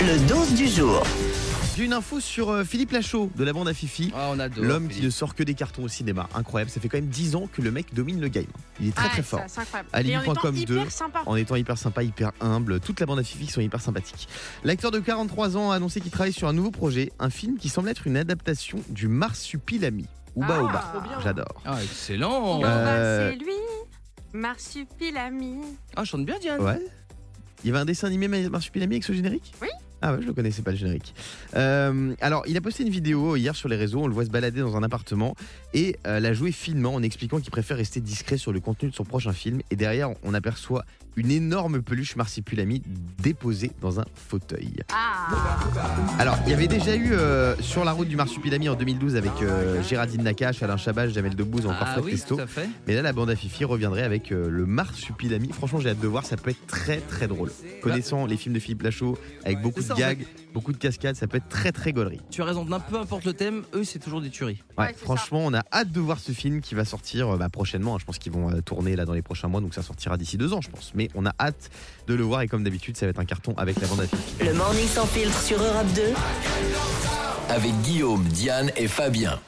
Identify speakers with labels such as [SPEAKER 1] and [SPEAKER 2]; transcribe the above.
[SPEAKER 1] Le 12 du jour.
[SPEAKER 2] J'ai une info sur euh, Philippe Lachaud de la bande à Fifi.
[SPEAKER 3] Ah, on adore.
[SPEAKER 2] L'homme qui ne
[SPEAKER 3] Philippe.
[SPEAKER 2] sort que des cartons au cinéma. Incroyable, ça fait quand même 10 ans que le mec domine le game. Il est très
[SPEAKER 4] Ah
[SPEAKER 2] très
[SPEAKER 4] ouais,
[SPEAKER 2] fort.
[SPEAKER 4] ça, C'est incroyable.
[SPEAKER 2] Ali
[SPEAKER 4] Et en étant
[SPEAKER 2] Point.com
[SPEAKER 4] hyper
[SPEAKER 2] 2.
[SPEAKER 4] sympa.
[SPEAKER 2] En étant hyper sympa, hyper humble, toute la bande à Fifi sont hyper sympathiques. L'acteur de 43 ans a annoncé qu'il travaille sur un nouveau projet, un film qui semble être une adaptation du Marsupilami. Ou
[SPEAKER 4] Ah,
[SPEAKER 2] Baoba,
[SPEAKER 4] trop bien.
[SPEAKER 2] j'adore.
[SPEAKER 3] Ah, excellent.
[SPEAKER 4] Bon, bah,
[SPEAKER 2] Euh,
[SPEAKER 4] C'est lui, Marsupilami.
[SPEAKER 3] Ah, chante bien, Diane.
[SPEAKER 2] Ouais. Il y avait un dessin animé Mar- Marsupilami avec ce générique
[SPEAKER 4] Oui.
[SPEAKER 2] Ah ouais, je le connaissais pas le générique. Euh, alors, il a posté une vidéo hier sur les réseaux, on le voit se balader dans un appartement et euh, la jouer finement en expliquant qu'il préfère rester discret sur le contenu de son prochain film. Et derrière, on aperçoit une énorme peluche Marsupilami déposée dans un fauteuil.
[SPEAKER 4] Ah,
[SPEAKER 2] Alors, il y avait déjà eu euh, Sur la route du Marsupilami en 2012 avec euh, Géraldine Nakache, Alain Chabat, Jamel Debbouze, encore
[SPEAKER 3] Ah
[SPEAKER 2] Fred
[SPEAKER 3] oui,
[SPEAKER 2] Testo.
[SPEAKER 3] tout à fait.
[SPEAKER 2] Mais là, la bande à Fifi reviendrait avec euh, le Marsupilami. Franchement, j'ai hâte de voir, ça peut être très très drôle. Connaissant les films de Philippe Lachaud, avec beaucoup
[SPEAKER 3] C'est ça,
[SPEAKER 2] de gags, beaucoup de cascades, ça peut être très très gaulerie.
[SPEAKER 3] Tu as raison, peu importe le thème, eux, c'est toujours des tueries.
[SPEAKER 2] Ouais,
[SPEAKER 4] Ouais, c'est
[SPEAKER 2] franchement, on a hâte de voir ce film qui va sortir euh, bah, prochainement. hein. Je pense qu'ils vont euh, tourner là dans les prochains mois, donc ça sortira d'ici deux ans, je pense. Mais on a hâte de le voir et comme d'habitude, ça va être un carton avec la bande à Fifi.
[SPEAKER 1] Le morning sans filtre sur Europe 2.
[SPEAKER 5] avec Guillaume, Diane et Fabien.